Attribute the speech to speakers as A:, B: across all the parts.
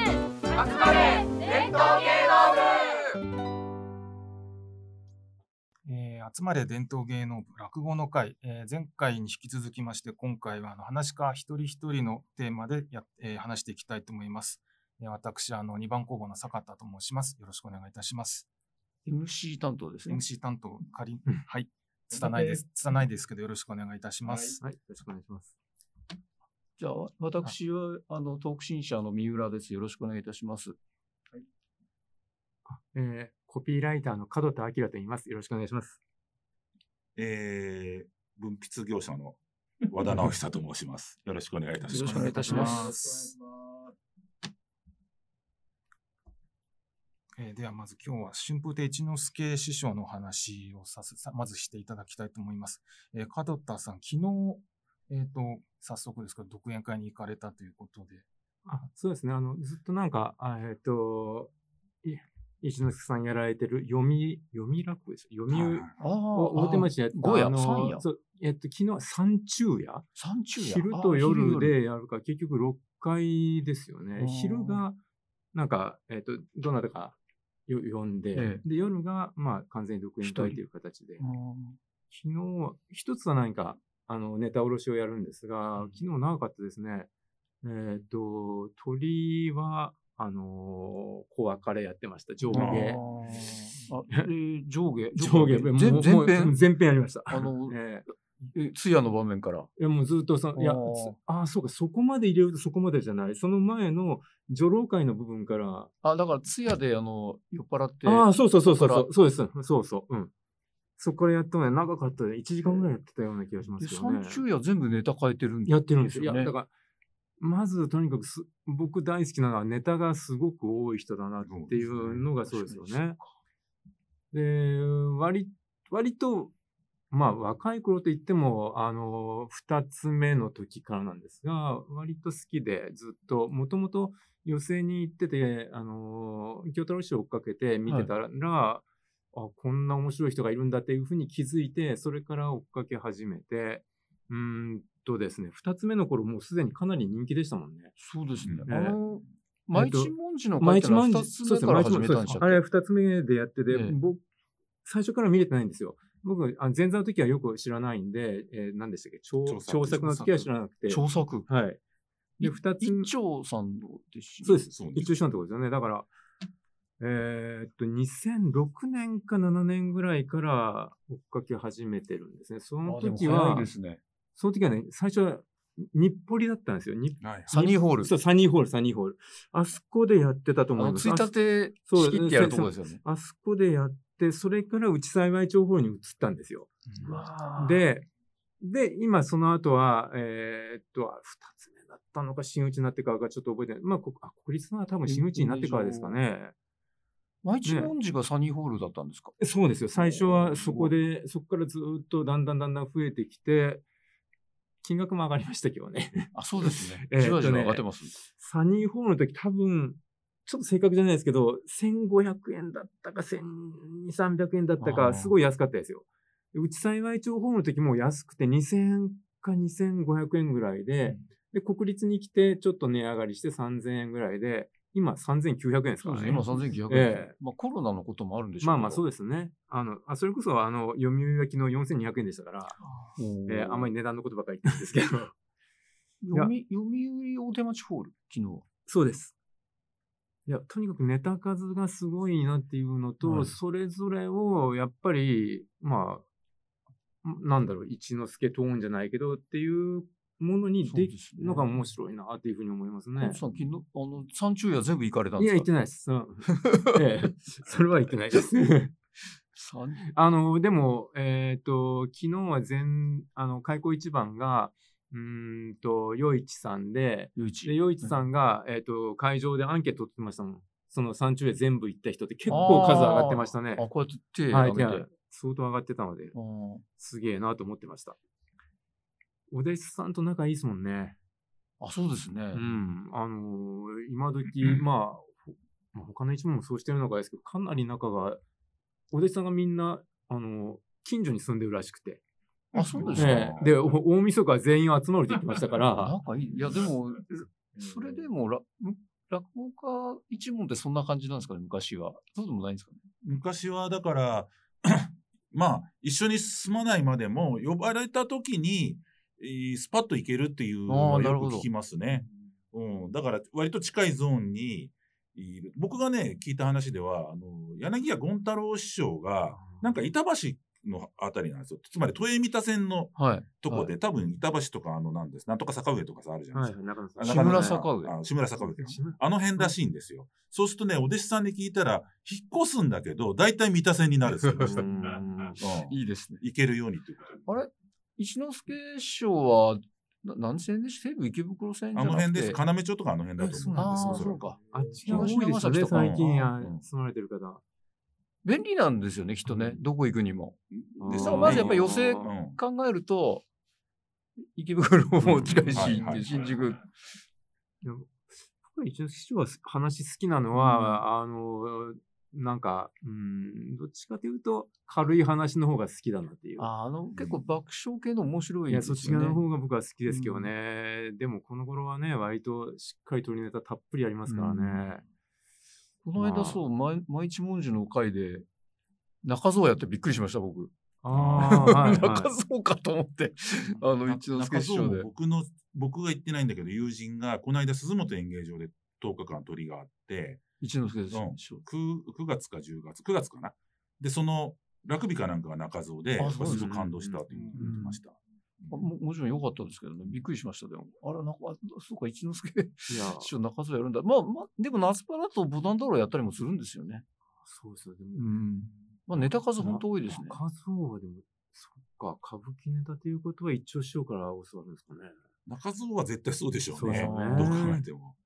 A: 集まれ伝統芸能部
B: えー集まれ伝統芸能部落語の会、えー前回に引き続きまして今回はあの話家一人一人のテーマでやっ、えー話していきたいと思います、えー私あの2番工房の坂田と申しますよろしくお願いいたします
C: MC 担当ですね。
B: MC 担当仮に
C: うん
B: はい拙いです拙いですけどよろしくお願いいたします、
D: はい、よろしくお願いします。
C: じゃあ、私は、あの、トーク新社の三浦です。よろしくお願いいたします。
D: えー、コピーライターの門田明と言います。よろしくお願いします。
E: えー、文筆業者の和田直久と申します。 よろしくお願いいたし
C: よ
E: ま
C: ろし
E: す。
C: くお願いいたします
B: えーではまず今日は春風亭一之輔師匠のお話をさせさまずしていただきたいと思います。えー、門田さん、昨日、えっと早速ですけど独演会に行かれたということで、
D: あそうですね。あの、ずっとなんか、あえっ、と、い一之輔さんやられてる読み、読み落語です。読み、
E: はい
C: ああ、
D: お大手町でやって
C: 五夜
D: あの
C: 三夜
D: そうえっ、と、昨日、三昼夜
C: 三中夜。
D: 昼と夜でやるから、結局6回ですよ
C: あー
D: ね。昼が、なんか、えっ、と、どなたかよ読んで、
C: え
D: で、夜が、まあ、完全に独演
C: 一
D: 会
C: 人
D: という形で
C: あ。ー
D: 昨日は、一つは何か、あの、ネタ卸しをやるんですが、
B: うん
D: 昨日長かったですね。えっ、と、鳥は、あのー、小別れやってました。上
C: あ
D: 下。
C: ーあ、えー上下。
D: 上下、もう
C: 全
D: も
C: 全
D: う
C: 編。
D: 全編やりました。
C: あの
D: え
C: え通夜の場面から。
D: えいやもうずっとその、いや、
C: あ
D: つ
C: ー
D: ああ、そうか、そこまで入れるとそこまでじゃない。その前の女郎会の部分から、
C: あ、だから通夜で、あの、酔っ払って。
D: ああ、そうそうそうそう
C: か
D: そ
C: ら
D: う、そうです。そうそう。うん。そこからやったのね、長かったで、1時間ぐらいやってたような気がします
C: で、
D: けどね。
C: 三中夜全部ネタ変えてるん
D: やってるんですよ。
C: よ
D: い
C: ね
D: や、だから、まずとにかくす僕大好きなのはネタがすごく多い人だなっていうのがそうですよね。で、割、割と、まあ若い頃といっても、あの、二つ目の時からなんですが、割と好きでずっと、もともと寄席に行ってて、あの、京太郎氏を追っかけて見てたら、あ、こんな面白い人がいるんだっていうふうに気づいて、それから追っかけ始めて、うーんとですね、二つ目の頃もうすでにかなり人気でしたもんね。
C: そうですね。
E: うん
D: ええ
C: あの、毎日文字の会
D: 毎
C: っ
D: 日
C: てのは
D: 毎
C: 二
D: 日、
C: つ
D: そ
C: 目
D: うで
C: か
D: すね
C: ら
D: 毎日
C: 始めたん
D: 毎
C: でしたっ
D: 日あ
C: け
D: れは二つ目でやってて、
C: ええ
D: 僕、最初から見れてないんですよ。僕、あ前座の時はよく知らないんで、えー、何でしたっけ調
E: 調査
D: 調作の時は知らなくて。
C: 調査区。
D: はい。で、
C: い
D: 二つ目
C: 一丁さんの弟子。
D: そうです。
E: そうです
D: 一応したところですよね。だから、えーっと、2006年か7年ぐらいから追っかけ始めてるんですね。その
C: あでも
D: 時
C: 早
D: は、
C: いですね。
D: その時はね、最初は日暮里だったんですよ。日
E: はい。
C: サニーホール。
D: そう、サニーホール、サニーホール。あそこでやってたと
C: あ
D: 思い
C: の、
D: ます。
C: ついたて仕切ってやるとこですよね。
D: あそこでやって、それから内幸町方に移ったんですよ。
B: うん
D: で、で、今その後は、えーっと、あ二つ目だったのか、新内になってからかちょっと覚えてない。まあ、こあ国立のは多分新内になってからですかね。
C: 毎日文字がサニーホールだったんですか
D: そうですよ。最初はそこで、そこからずっとだんだんだんだん増えてきて、金額も上がりましたけどね。。
C: あ、そうですね
D: えーっ
C: じ
D: と
C: わ
D: ね
C: じわ上がってます。
D: サニーホールの時多分、ちょっと正確じゃないですけど、1500円だったか、1200、300円だった
C: あー
D: か、すごい安かったですよ。うち幸町ホールの時も安くて2000円か2500円ぐらいで、で、国立に来てちょっと値上がりして3000円ぐらいで、今3900円です
C: そ
D: か
C: う
D: ら
C: ですね。
D: ね。
C: 今3900円
D: ええ。
C: まあコロナのこともあるんでしょうけど
D: まあまあそうですね。あの、あそれこそあの、読売は昨日4200円でしたから、
C: おー
D: えーあんまり値段のことばかり言ってるんですけど。
C: 読み読売大手町ホール、昨日。
D: そうです。いや、とにかくネタ数がすごいなっていうのと、
C: はい
D: それぞれをやっぱり、まあ、んなんだろう、一之輔トーンじゃないけどっていうものにでき
C: す
D: のが面白いなっていうふうに思います
C: ね。
D: ね
C: ト。ムさん、昨日、あの、三昼夜全部行かれたん
D: い
C: です
D: や、
C: か
D: 言ってないです。うん ええ、それは言ってないです。
C: 三
D: あの、でも、えっ、と、昨日は全、あの、開口一番が、うーんと、余一さんで、
C: 夜
D: で、
C: 一。
D: 洋一さんが、えっ、と、会場でアンケート取ってましたもん。その山中へ全部行った人って結構数上がってましたね
C: あ、。こうやって手上
D: はい、
C: げて。
D: 手上げて相当上がってたので、
C: あー
D: すげえなと思ってました。お弟子さんと仲いいですもんね。
C: あ、そうですね。
D: うん。あのー今時、まあ、ほまあ他の一門もそうしてるのかですけど、かなり仲が、お弟子さんがみんな、あのー近所に住んでるらしくて。
C: あ、そうですね。
D: ええで、お大晦日は全員集まるって言ってましたから、
C: 仲いい。いや、でも、それでもら、む落語家一門ってそんな感じなんですかね、昔は。そうでもないんですかね。
E: 昔はだから まあ一緒に住まないまでも呼ばれた時にえースパッと行けるっていうの
C: あ
E: は
C: ーなる
E: よ
C: ほ
E: く
C: ど
E: 聞きますね。うん、だから割と近いゾーンにいる僕がね聞いた話ではあの柳家権太郎師匠がなんか板橋のあたりなんですよつまり豊見田線の
C: はい。
E: とこで、多分板橋とかあのなんですなんとか坂上とかさあるじゃない
D: は
E: で
D: い
E: す
D: はい、中野さ
E: か。
D: ん。
C: 志村坂上
E: あの志村坂上
D: 志村
E: あの辺らしいんですよ。そうするとね、お弟子さんに聞いたら、引っ越すんだけど、大体三田線になるんですよ。
D: う
E: うん
D: ん
C: いいですね。
E: 行けるようにっていうことで
C: あれ一之輔師匠は、な何線でした西武池袋線じ
E: あ
C: ゃなく
E: の
C: て
E: 辺です。要町とかあの辺だと
B: え
E: 思。
B: そううなんで
C: あ
B: す
C: あ、
B: よ
C: そうか。
D: あっちが多いですよ
C: 東
D: ね、
C: 山
D: 最
E: 崎とか
D: 近
E: うんうんうん
D: 住まれてる方。
C: 便利なんですよね、きっとね。どこ行くにも。し
E: です
C: かも
E: よね
C: まずやっぱ寄せ
E: うんうん
C: 考えると、池袋も近いし、
E: はいはい
C: で新宿。
D: 僕は一応師匠は話好きなのは、あの、なんか、うん、どっちかというと、軽い話の方が好きだなっていう。
C: ああの、結構爆笑系の面白い
D: い
C: で
D: や、
C: す
D: そ
C: よ
D: っ
C: ね。
D: ち側の方が僕は好きですけどね。でも、この頃はね、割としっかり取りネタたっぷりありますからね。
C: この
D: まあ
C: 間そう、毎毎日文字の回で、中蔵やってびっくりしました、僕。
D: ああ、 はい、
C: 中
D: はい。
C: 蔵かと思って。あの、一之輔師匠
E: 中
C: で
E: 蔵も。僕の、僕が行ってないんだけど、友人が、この間、鈴本演芸場で10日間鳥があって、
C: 一之輔師
E: うん
C: 匠。
E: 9, 9月か10月、9月かな。で、その、ラグビかなんかが中蔵で、や
C: あ
E: っ
C: そ
E: ぱ
C: うですすね
E: ごく感動したっていうのを言ってました。
C: あももちろん良かったですけどね、びっくりしました、でも。あれ、なんか、あそうか、一之輔
D: いや、
C: 師匠、中曽やるんだ。まあ、まあ、でも夏場だとボタン道路やったりもするんですよね。
D: そうそう。でも
C: うん。まあ、ネタ数本当多いですね。
D: 中蔵はでも、そっか、歌舞伎ネタということは一応師匠から教わるんですかね。
E: 中蔵は絶対そうでしょうね。
D: そうですね
E: どう考えても。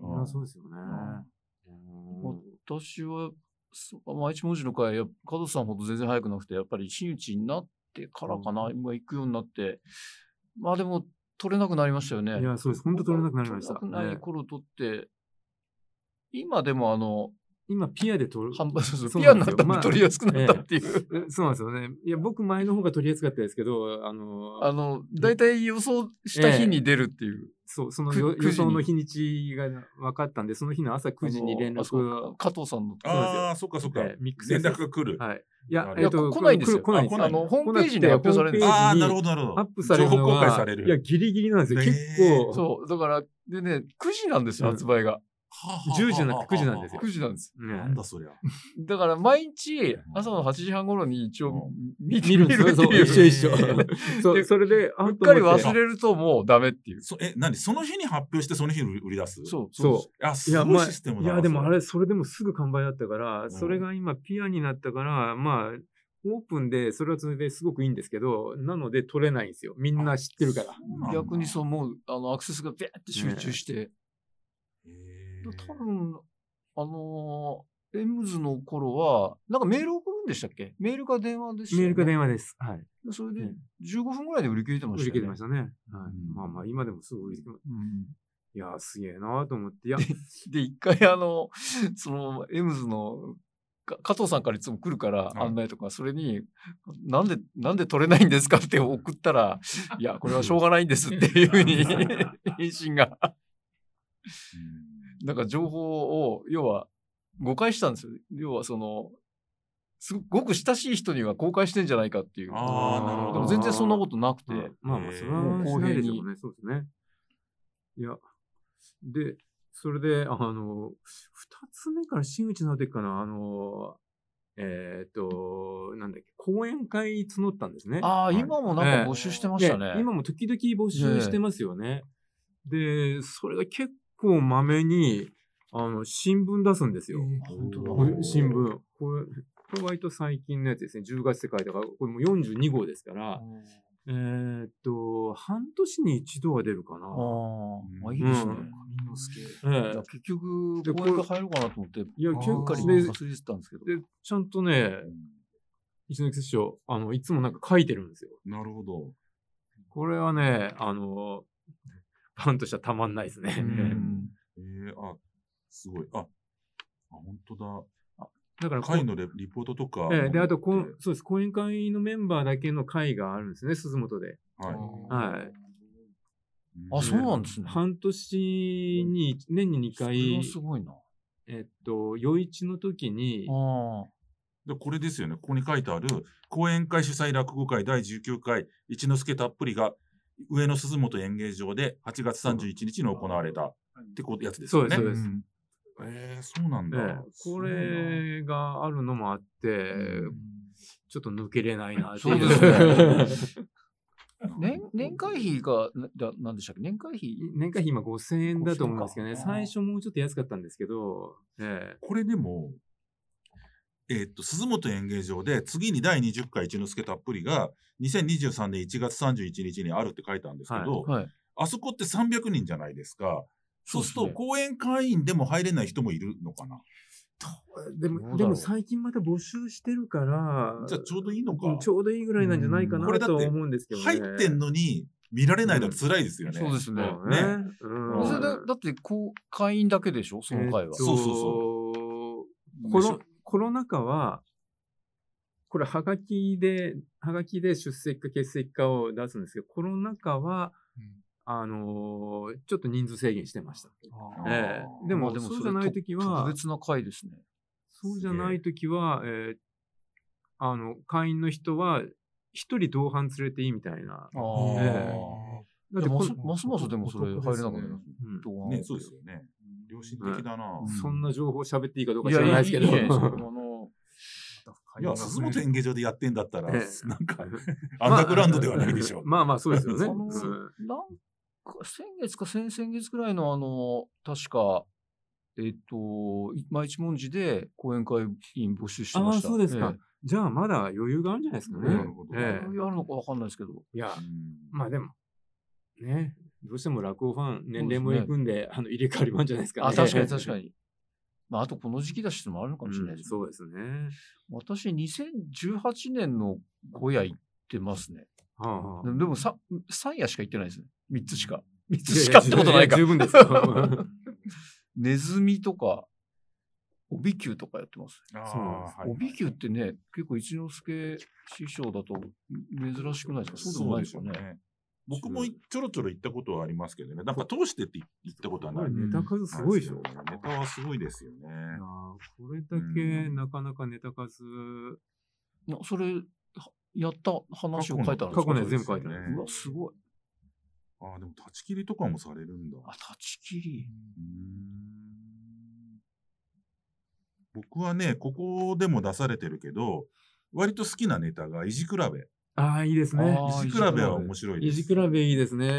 D: 歌舞伎はそうですよね。
C: ん私は、そう毎日文字の会、やっぱ加藤さんほど全然早くなくて、やっぱり真打ちになってからかな、今行くようになって。まあ、でも、取れなくなりましたよね。
D: いや、そうです。本当取れなくなりました。
C: 取れなくない
D: ね
C: 頃取って、今でもあの、
D: 今、ピアで取る。
C: 販売する
D: そう
C: ピア
D: なん
C: にな
D: です
C: っ
D: よ
C: たら取りやすくなったっていう。
D: えそうなんですよね。いや、僕、前の方が取りやすかったですけど、あの、
C: あの、大体予想した日に出るっていう。
D: そう、その
C: く
D: よ
C: くじに
D: 予想の日にちが分かったんで、その日の朝9時に連
C: あ
D: 絡
C: の
D: を
C: あ。加藤さんの。
D: うですよ
E: ああー、そっかそっか。
D: ええミックスで
E: 連
D: す
E: 絡が来る。
D: はい。いや
E: あ、
D: えっと、
C: いやこ来ないんですよ
D: 来ないんです
E: あ
D: よ
C: あの、ホームページに発表されるんですよ。
E: ああ、
D: に
E: なるほど、なるほど。
D: アップされるの
E: 情報公開
D: が
E: される。
D: いや、ギリギリなんですよ。
E: へー
D: 結構、
C: そう、だから、でね、9時なんですよ、
D: うん
C: 発売が。
E: はあはあ
D: 10時じゃなくて9時なんですよ
C: 9時なんです。
D: ね
E: なんだそりゃ。
C: だから、毎日、朝の8時半頃に一応
E: う、
C: 見て
D: 見るんですよ。 そう、
C: いう
D: 一緒一緒
E: えー。
D: そう、
C: で
D: それで、あ
C: う
D: と
C: っかり
D: 思て
C: 忘れるともうダメっていう。
E: そえ、何その日に発表して、その日に売り出すう。
C: そう、
D: そう。
E: あ、
D: い
E: す
D: や、
E: ご
D: ま
E: い
D: あ、
E: システム
D: い
E: だな
D: や、でもあ
E: そ
D: れ、それでもすぐ完売だったから、
E: ん
D: それが今ピアになったから、まあ、オープンで、それはそれですごくいいんですけど、なので取れないんですよ。みんな知ってるから。
E: そうなんだ
C: 逆にそう、もう、あの、アクセスがビャーって集中して。
E: へー
C: 多分、あのーエムズの頃は、なんかメール送るんでしたっけメールか電話でしたよ
D: メ
C: ね
D: ールか電話です。はい。
C: それで
D: うん
C: 15分ぐらいで売り切れてま
D: 売
C: した
D: り
C: よね。
D: 切れてましたね。はい
E: うん
D: まあまあ、今でもすぐ売り切れま
C: うん
D: いやー、すげえなーと思って。いや、
C: で、一回あの、 その、エムズの、か加藤さんからいつも来るから、
E: い
C: 案内とか、それに、なんで、なんで取れないんですか って送ったら、いや、これはしょうがないんですっていうふうに、返信が。なんか情報を、要は、誤解したんですよ。要は、その、すごく親しい人には公開してんじゃないかっていう。で
E: ああ、なるほど。
C: も全然そんなことなくて。
D: まあまあ、それ
E: え
D: は
C: ー
D: しないでしょうね。そうですね。いや、で、それで、あの、二つ目から真打ちの時かな、あの、えーっ、と、なんだっけ、講演会募ったんですね。
C: ああ、
E: はい
C: 今もなんか募集してまし
D: で
C: たね。
D: 今も時々募集してますよね。で、それが結構まめに、あの、新聞出すんですよ。
C: 本当だ
D: これ新聞。これ、これ割と最近のやつですね。10月世界だから、これもう42号ですから、えーっと、半年に一度は出るかな。
C: ああ、いい
D: うん
C: ですね。
D: え
C: い
D: え
C: や結局、
D: で
C: 公演会入ろうかなと思って、
D: いや、結
C: うっかり忘
D: 構で、
C: れてたんですけど。
D: でちゃんとね、一之輔師匠、あの、いつもなんか書いてるんですよ。
E: なるほど。
D: これはね、あの、ファンとしてはたまんないですね。
C: うん
E: えー、あ、すごい。あ、あ本当だ。
D: だからこう、
E: 会のレリポートとか。
D: ええで、あとこ
E: は
D: ん、そうです。講演会のメンバーだけの会があるんですね、鈴本で。
E: い。
D: はい。
C: あ、そうなんですね。
D: 半年に、年に2
C: それ
D: 回
C: は、すごいな。
D: えっと、余市の時に、
C: ああ。
E: でこれですよね。ここに書いてある、講演会主催落語会第19回、一之輔たっぷりが、上野鈴本演芸場で8月31日に行われたってこうやつですよね。
D: そうです
E: んえー、そうなんだ。
D: ええこれがあるのもあって、ちょっと抜けれないなって
C: そう
D: い
C: で
D: う。
C: す
E: そうなんだ、
C: 年、 年会費が、なだなんでしたっけ年会費
D: 年会費今5000円だと思うんですけどね、
C: 5000か
D: 最初もうちょっと安かったんですけど、ええ
E: これでも、えーっと、鈴本演芸場で次に第20回一之輔たっぷりが、2023年1月31日にあるって書いたんですけど、
C: はい。
E: あそこって300人じゃないですか。そうする
C: そう
E: と、
C: ですね
E: 講演会員でも入れない人もいるのかな。
D: で
C: どうだろ
D: も、
C: う
D: でも最近また募集してるから、
E: じゃあ、ちょうどいいのか。
D: うんちょうどいいぐらいなんじゃないか
E: うんこれ
D: な
E: だって
D: とは思うんですけどね。
E: 入ってんのに見られないのは辛いですよね。
C: そうですね。
D: そう
E: ね
D: ね。。
E: うん
C: それだだって、こう、会員だけでしょその会は。
E: そうそうそう
D: コロコロナ禍は、これ、はがきで、はがきで出席か欠席かを出すんですけど、コロナ禍は、あのーちょっと人数制限してました。
E: あー
D: ええで
C: ま
D: も、
C: あ
D: そう
C: れ
D: じゃないときは
C: 特、別な会ですね。
D: そうじゃないときは、えーあの、会員の人は、一人同伴連れていいみたいな。
C: あ
B: え
C: あ。
D: だっ
C: い
D: て
C: や
D: こ
C: ま
D: ん
C: すますますでもそれ入れなくなりますね。
D: うん
C: 動画
E: ね、そうですよね。良心的だな。
C: うん
D: そんな情報喋っていいかどうか
C: い
D: 知
C: や
D: ら
C: い
D: ない
C: や
D: で
C: いい
D: すけ
C: ね
D: ど。
C: そ の
E: いや、鈴本演芸場でやってんだったら、
D: ええ
E: なんか、アンダーグラウンドではないでしょう。
D: まあまあ、そうですよね。
C: そのなんか先月か先々月くらいのあの確かえっ、といまあ一文字で講演会員募集してま
D: ああ、
C: した。
D: そうですか
C: え。
D: じゃあ、まだ余裕があるんじゃないですかね。
E: なるほど
C: え
D: ええ
C: あるのかわかんないですけど。
D: いや
E: う、ん
D: まあでも、ね、どうしても落語ファン、年齢
C: そう
D: も
C: です
D: い
C: ね
D: くんで、あの入れ替わりもあるんじゃないですかね。
C: あ確かに確
D: に。
C: かに。まああとこの時期だしってのもあるのかもしれないですけど、
D: そうですね。
C: 私2018年の小屋行ってますね。
D: はあはあ
C: でもでもさ三夜しか行ってないですね。三つしか。三
D: い
C: つ
D: やい
C: し
D: や
C: かってことないか。
D: 十分です よ。は
C: ネズミとか、帯球とかやってます。
E: あー
D: そうなんです
E: はい
C: 帯球ってね、結構一之輔師匠だと珍しくないですかそうでもないですよ
E: そう
C: ね。
E: 僕もちょろちょろ行ったことはありますけどね、なんか通してって行ったことはない
D: い。
E: で
D: ネタ数すごいでしょ。
E: ネタはすごいですよね。
D: いやーこれだけなかなかネタ数、
C: なそれ、はやった話を書いてあるんです
D: 過去
C: か
D: のやつ全部書いてある
E: そうで
C: う
E: すよ
C: わ、
E: ね
C: すごい。
E: あーでも立ち切りとかもされるんだ。
C: あ、断ち切り。
E: うーん僕はね、ここでも出されてるけど、割と好きなネタが、いじ比べ。
D: ああ、いいですね。
C: あー
E: いじ比べは面白い
D: い
E: です。
D: じくらべいいですね。
E: ん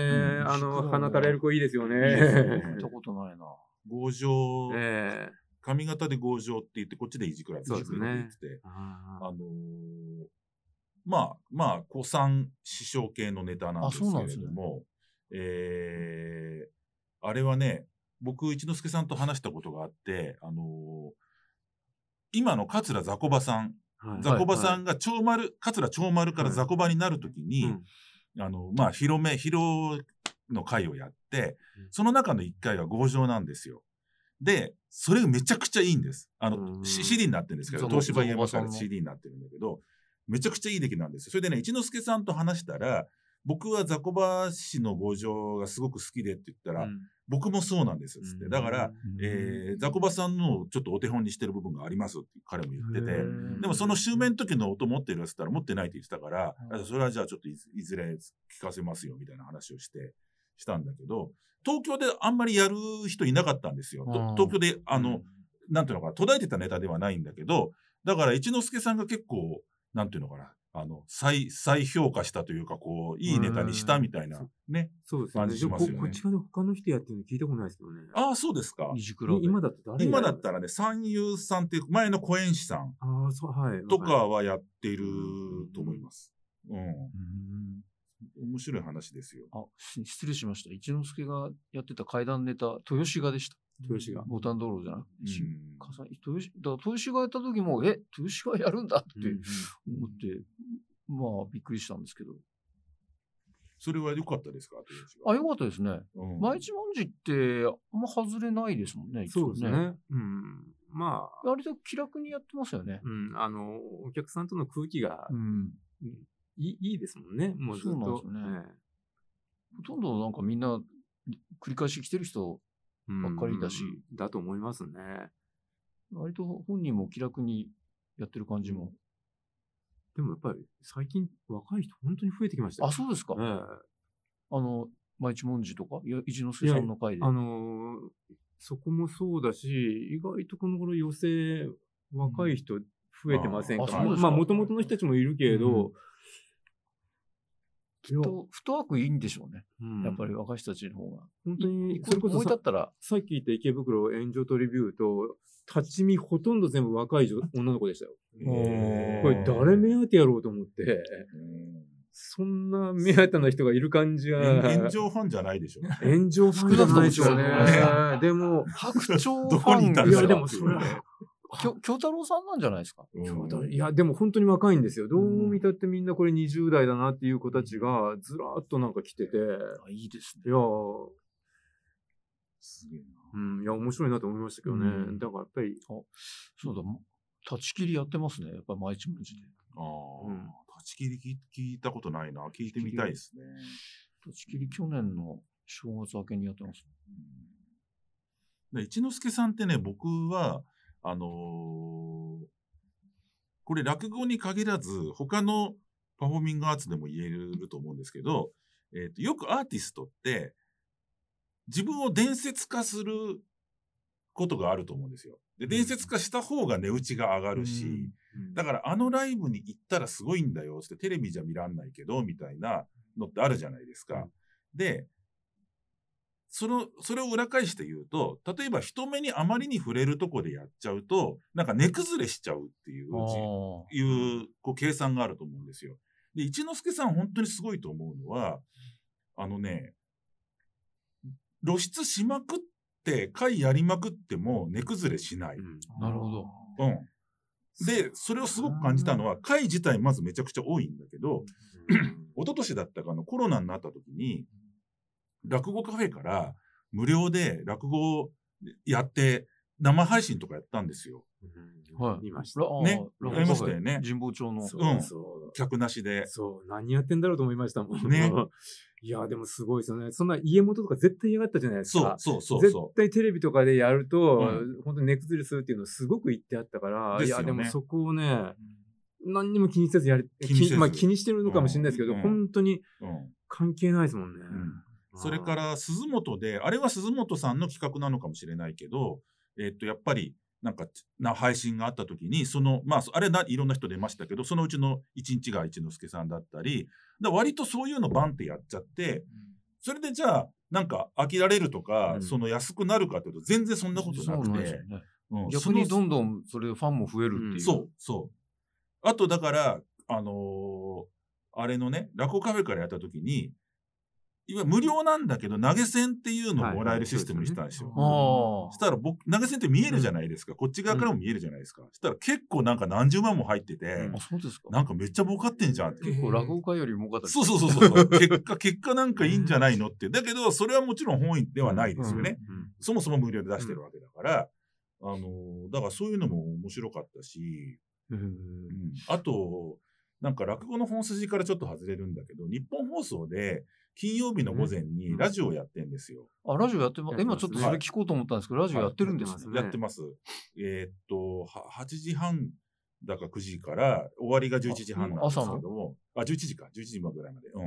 D: あ
C: いじ
D: の、
C: くらべ
D: 放たれる子いいですよね。
E: いいですね
C: 見たことないな。
E: 強情、
D: ええ
E: 髪型で強情って言って、こっちでいじ比べって
D: そう
E: 言
D: で
E: っ
D: す
E: て
D: ね
E: て、
D: あ
E: あのーまあ、まあ、古参師匠系のネタなんですけ
C: あそうなん
E: れ
C: ですね
E: ども、えーあれはね、僕、一之輔さんと話したことがあって、あのー今の桂雑魚場さん
D: ーはい
E: ザコバさんが長丸、桂長丸からザコバになるときに、
D: うん
E: あの、まあ、広め、広の会をやって
D: うん、
E: その中の1回が強情なんですよ。で、それがめちゃくちゃいいんです。あ
D: う
E: の、
D: ん
E: し CD になってるんですけど、
C: ザコ
E: 東芝
C: ザコ
E: EM
C: バさ
E: か
C: んの
E: ら CD になってるんだけど、めちゃくちゃいい出来なんですよ。それでね、一之輔さんと話したら、僕はザコバ氏の強情がすごく好きでって言ったら、僕もそうなんですよ、つって。だから、、えー、ザコバさんのちょっとお手本にしてる部分がありますって彼も言ってて、
D: うん
E: でもその襲名の時の音持ってるやつったら持ってないって言ってたから、あそれはじゃあちょっといずいずれ聞かせますよみたいな話をして、したんだけど、東京であんまりやる人いなかったんですよ。と
C: うん
E: 東京で、あの、なんていうのかな、途絶えてたネタではないんだけど、だから一之輔さんが結構、なんていうのかな、あの、再、再評価したというか、こう、いいネタにしたみたいな
D: うん。
E: ね。
D: そうです
E: 感じし
D: ね。
E: ま
D: こ
E: すよね
D: こっち側で他の人やってるの聞いたことないですけどね。
E: ああ、そうですか。
C: いじくらべ。
D: 今だと誰
E: 今だったらね、三遊さんっていう前の小演師さん
D: ああ、そう、はい。
E: と
D: わ
E: かはやってると思います。うん。
C: うん
E: 面白い話ですよ。
C: あ、し失礼しました。一之輔がやってた怪談ネタ、豊志賀でした。
D: 豊志賀
C: ボタン道路じゃなくて、し
E: うん
C: 火災豊志だから豊志賀やった時も、え、豊志賀やるんだって
D: かる。
C: 思って、まあ、びっくりしたんですけど。
E: それは良かったですか豊志
C: あ、
E: は
C: よかったですね。
E: うん
C: 毎日文字って、あんま外れないですもんね、いつ
D: そ
C: も
D: うですね。うん。まあ、
C: 割と気楽にやってますよね。
D: うん、あの、お客さんとの空気が
C: うん。
D: いいいいですもんね。もうずっ
C: そうなんで
D: と
C: すよ。ね
D: ええ
C: ほとんどなんかみんな繰り返し来てる人、ばっかりだし
D: うんだと思いますね。
C: 割と本人も気楽にやってる感じも。
D: でもやっぱり最近若い人本当に増えてきましたよ
C: あ、そうですか。
D: え
C: あの、毎日文字とか、いや一之輔さんの回
D: え
C: で。
D: あのーそこもそうだし、意外とこの頃寄せ若い人増えてませんか、
C: あそうです
D: ま
C: か
D: あもともとの人たちもいるけれど、
C: きっと、フットワークいいんでしょうね。
D: うん
C: やっぱり若い人たちの方が。
D: 本当に、それこそ
C: 思い立
D: さ
C: ったら、
D: さっき言った池袋炎上トリビューと、立ち見ほとんど全部若い女女の子でしたよ。
E: へー
D: これ誰目当てやろうと思って、そんな目当てな人がいる感じ
E: うん
D: が。
E: 炎上ファンじゃないでしょ。
D: 炎上ファンじゃないですよ
C: 少な
D: ね。でも、
C: 白鳥フ
E: どこに
C: ァ
E: いた
C: ン
E: ん
D: い
E: です
D: や
E: か
D: でもそれは、
C: きょ京太郎さんなんじゃないですか。
E: うん
D: いやでも本当に若いんですよ。どう見たってみんなこれ20代だなっていう子たちがずらーっとなんか来てて、い
C: あいいですね。
D: やー、
E: すげえな
D: うん、いや面白いなと思いましたけどね。
C: うん
D: だからやっぱり、
C: そうだ、立ち切りやってますね。やっぱ毎日文字で。
E: あー
D: うん
E: 立ち切り聞い聞いたことないな。聞いてみたいですね。
C: 立ち切り去年の正月明けにやってます。
E: うんで一之輔さんってね、僕は、あのーこれ落語に限らず、他のパフォーミングアーツでも言えると思うんですけど、えーとよくアーティストって、自分を伝説化することがあると思うんですよ。で、伝説化した方が値打ちが上がるし、だからあのライブに行ったらすごいんだよってテレビじゃ見らんないけどみたいなのってあるじゃないですか。でそのそれを裏返して言うと例えば人目にあまりに触れるとこでやっちゃうとなんか根崩れしちゃうっていううち
C: あ
E: いうこう計算があると思うんですよ。で一之輔さん本当にすごいと思うのはあのね露出しまくって回やりまくっても根崩れしない。
D: うん
C: あ、なるほど。
E: うん、で、それをすごく感じたのは、会自体まずめちゃくちゃ多いんだけど、 一昨年だったかのコロナになった時に、落語カフェから無料で落語をやって、生配信とかやったんですよ。
C: はい
D: 見ました。
C: らあー
E: ね
C: ラブ
E: やりましたよね
C: 神保町の。
D: そううんそう。
E: 客なしで。
D: そう、何やってんだろうと思いましたもん。
E: ね
D: いや、でもすごいですよね。そんな家元とか絶対嫌がったじゃないです
E: そう
D: か。
E: そうそうそ
D: 絶対テレビとかでやると、
E: う
D: 本当に根崩れするっていうのをすごく言ってあったから、
E: です
D: い
E: よ
D: や、
E: ね
D: でもそこをね、何にも気にせずやり、
E: 気にせず
D: まあ気にしてるのかもしれないですけど、
E: うん
D: 本当に
E: う。うん
D: 関係ないですもんね。
E: それから鈴本で、あれは鈴本さんの企画なのかもしれないけど、えっと、やっぱり、なんか、な配信があった時に、その、まあ、そあれないろんな人出ましたけど、そのうちの一日が一之輔さんだったり、だ割とそういうのバンってやっちゃって、それでじゃあ、なんか飽きられるとか、
D: うん
E: その安くなるかというと、全然そんなことな
C: そう
E: く
C: なん
E: て、
C: ですよね。
E: うんそ
C: 逆
E: の
C: にどんどんそれファンも増えるっていう。
E: そうそう。あとだから、あのーあれのね、ラコカフェからやった時に、いわゆる無料なんだけど、投げ銭っていうのをもらえるシステムにしたんですよ。
C: あ
E: したら僕、投げ銭って見えるじゃないですか。こっち側からも見えるじゃないですか。したら結構なんか何十万も入ってて、
C: あ。あ、そうですか。
E: なんかめっちゃ儲かってんじゃんって。
C: 結構落語家より儲かったり
E: そうそうそうそう。結果、結果なんかいいんじゃないのって。だけど、それはもちろん本意ではないですよね。
D: うん
E: そもそも無料で出してるわけだから、あのーだからそういうのも面白かったし、
C: へー
E: うんあと、なんか落語の本筋からちょっと外れるんだけど、日本放送で金曜日の午前にラジオをやってんですよ。
C: あ、ラジオやってます。
D: やって
C: 今
D: ますね
C: ちょっとそれ聞こうと思ったんですけど、ラジオやってるんです
D: う
C: ね。
D: ん
E: やってます。えーっと、は8時半だか9時から、終わりが11時半なんですけども、あ、11時か、11時ぐらいまで。うん。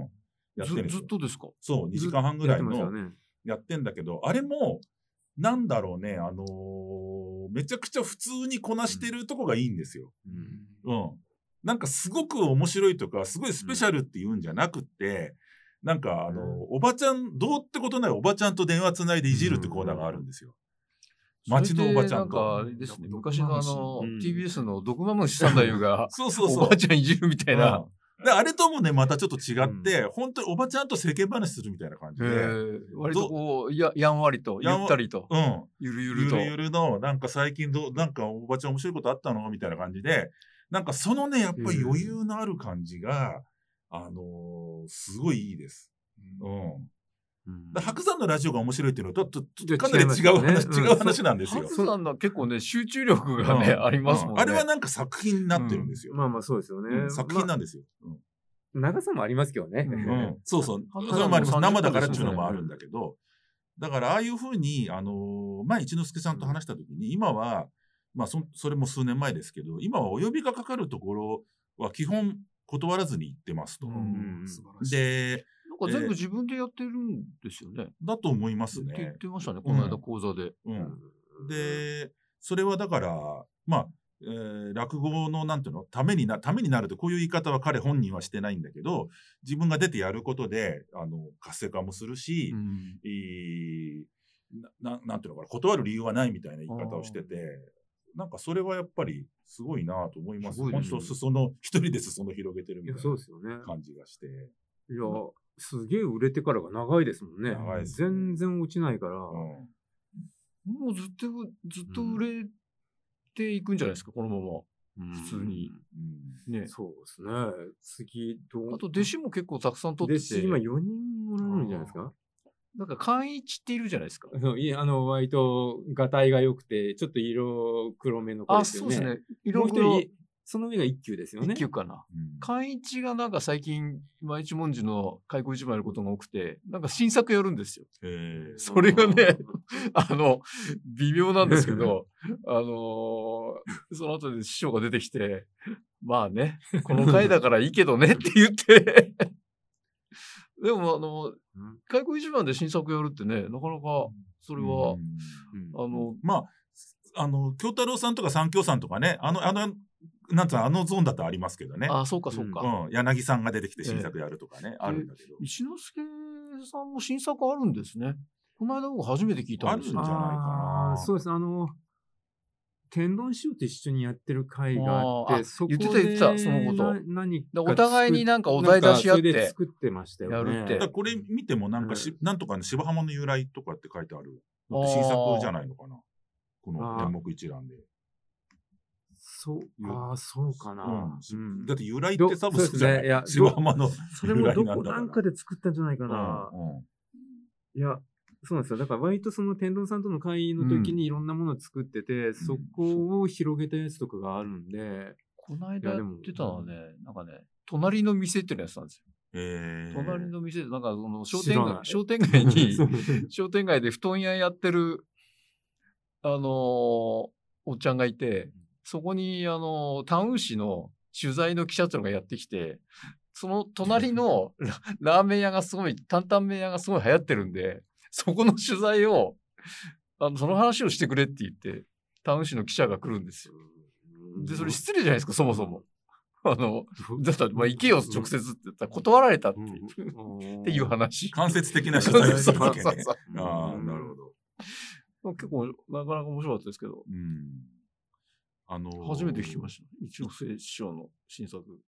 E: やってるんです
C: ず
E: よ
C: ずっとですか
E: そう、2時間半ぐ
D: やっ
E: らい
D: てます
E: の
D: よね。
E: やってんだけど、あれも、なんだろうね、あのーめちゃくちゃ普通にこなしてるとこがいいんですよ。うん。なんかすごく面白いとか、すごいスペシャルって言うんじゃなくって、なんかあの、
D: うん
E: おばちゃん、どうってことないおばちゃんと電話つないでいじるってコーナーがあるんですよ。街のおばちゃ
C: それでな
E: ん
C: んかあ
E: と。
C: れですね、
D: 毒
C: 昔のあの、
D: うん
C: TBS の毒まむし三太夫が、
E: そう そう
C: お
E: そ
C: ば
E: う
C: あ。ちゃんいじるみたいな。
E: うんであれともね、またちょっと違って、本当におばちゃんと世間話するみたいな感じ
C: へ
E: で、
C: ー割とこうや、やんわりと、ゆ
E: やんわ
C: ったりと、
E: うん。
C: ゆるゆ
E: ゆ
C: ると。
E: るゆるの、なんか最近どう、なんかおばちゃん面白いことあったのみたいな感じで、なんかそのね、やっぱり余裕のある感じが、あのーすごいいいです。うん。
D: うん
E: だから白山のラジオが面白いっていうのとと
D: いや
E: とかなり
D: 違
E: 違
D: います
E: う
D: よね
E: 話、
D: うん
E: 違う話なんです
C: ハ
E: よ
C: ク。さんの結構ね、集中力がね、
E: うん
C: ありますもんね。
E: あれはなんか作品になってるんですよ。
D: まあまあそうですよね。
E: うん作品なんですよ。うん
D: 長さもありますけどね。
E: うん、そうそう。それもあります。生だからっていうのもあるんだけど、だからああいうふうに、あの前一之輔さんと話した時に、今は、まあそ、それも数年前ですけど、今はお呼びがかかるところは基本断らずに行ってますと。で、
C: なんか全部自分でやってるんですよね。
E: だと思いますね。
C: って言ってましたね、この間講座で。
E: うん、で、それはだから、まあ、えー、落語のなんていうのためになためになるってこういう言い方は彼本人はしてないんだけど自分が出てやることであの活性化もするし、うん、えー、ななんていうのかな断る理由はないみたいな言い方をしててなんかそれはやっぱりすごいなと思います。す本当裾の一人で裾野広げてるみたいな感じがして。い
D: や、ね、すげえ売れてからが長いですもんね。ね全然落ちないから、うん、も
C: うずっとずっと売れていくんじゃないですかこのまま普通に。
D: ね、そうですね。次
C: どうあと弟子も結構たくさん取ってて。
D: 弟子今4人おられるんじゃないですか
C: なんか、寛一っているじゃないですか。
D: そう、いあの、割と、がたいが良くて、ちょっと色黒めの
C: 子ですよね。あ、そうですね。
D: 色黒。その上が一級ですよね。
C: 一級かな。寛、うん、一がなんか最近、毎一文字の開口一番やることが多くて、なんか新作やるんですよ。 それがね、あの、微妙なんですけど、あのー、その後で師匠が出てきて、まあ ね、この回だからいいけどねって言って、 でも、あの、開口一番で新作やるってね、なかなか、それは、あの、
E: まあ、あの、京太郎さんとか三京さんとかね、あの、あの、なんつうあのゾーンだとありますけどね。
C: あそうか、そうか、
E: うん。柳さんが出てきて新作やるとかね、えー、あるんだけど。
C: 一之輔さんも新作あるんですね。この間僕初めて聞いた
E: んですよ。あるんじゃないかな。
D: そうです。あの、天丼師匠と一緒にやってる会があって、そこ
C: で言ってた言ってた、そのこと。
D: 何
C: お互いになんかお題出し合って。
D: 作ってましたよね。
E: だこれ見てもなんかし、うん、なんとかの芝浜の由来とかって書いてある。新作じゃないのかな。この天目一覧で。
D: そう。ああ、そうかな、
E: だって由来ってサブスクじゃない,、 芝浜の
D: それもどこなんかで作ったんじゃないかな。いや、そうなんですよ。だから割とその天丼さんとの会の時にいろんなものを作ってて、そこを広げたやつとかがあるんで。
C: この間やってたのはね、なんかね、隣の店っていうやつなんですよ。隣の店で、なんかその商店街、商店街 に、商店街で布団屋やってる、あのおっちゃんがいて、そこに、あの、タウン市の取材の記者というのがやってきて、その隣 のラーメン屋がすごい、担々麺屋がすごい流行ってるんで、そこの取材を、あの、その話をしてくれって言って、タウン市の記者が来るんですよ。で、それ失礼じゃないですか、そもそも。あの、だったら、まあ、行けよ、直接って言ったら、断られたっていう、 っていう話。
E: 間接的な取材をしたわけ、ね、
C: ああ、なるほど。結構、なかなか面白かったですけど。うん
E: あの
C: ー、初めて聞きました。一ノ瀬師匠の新作。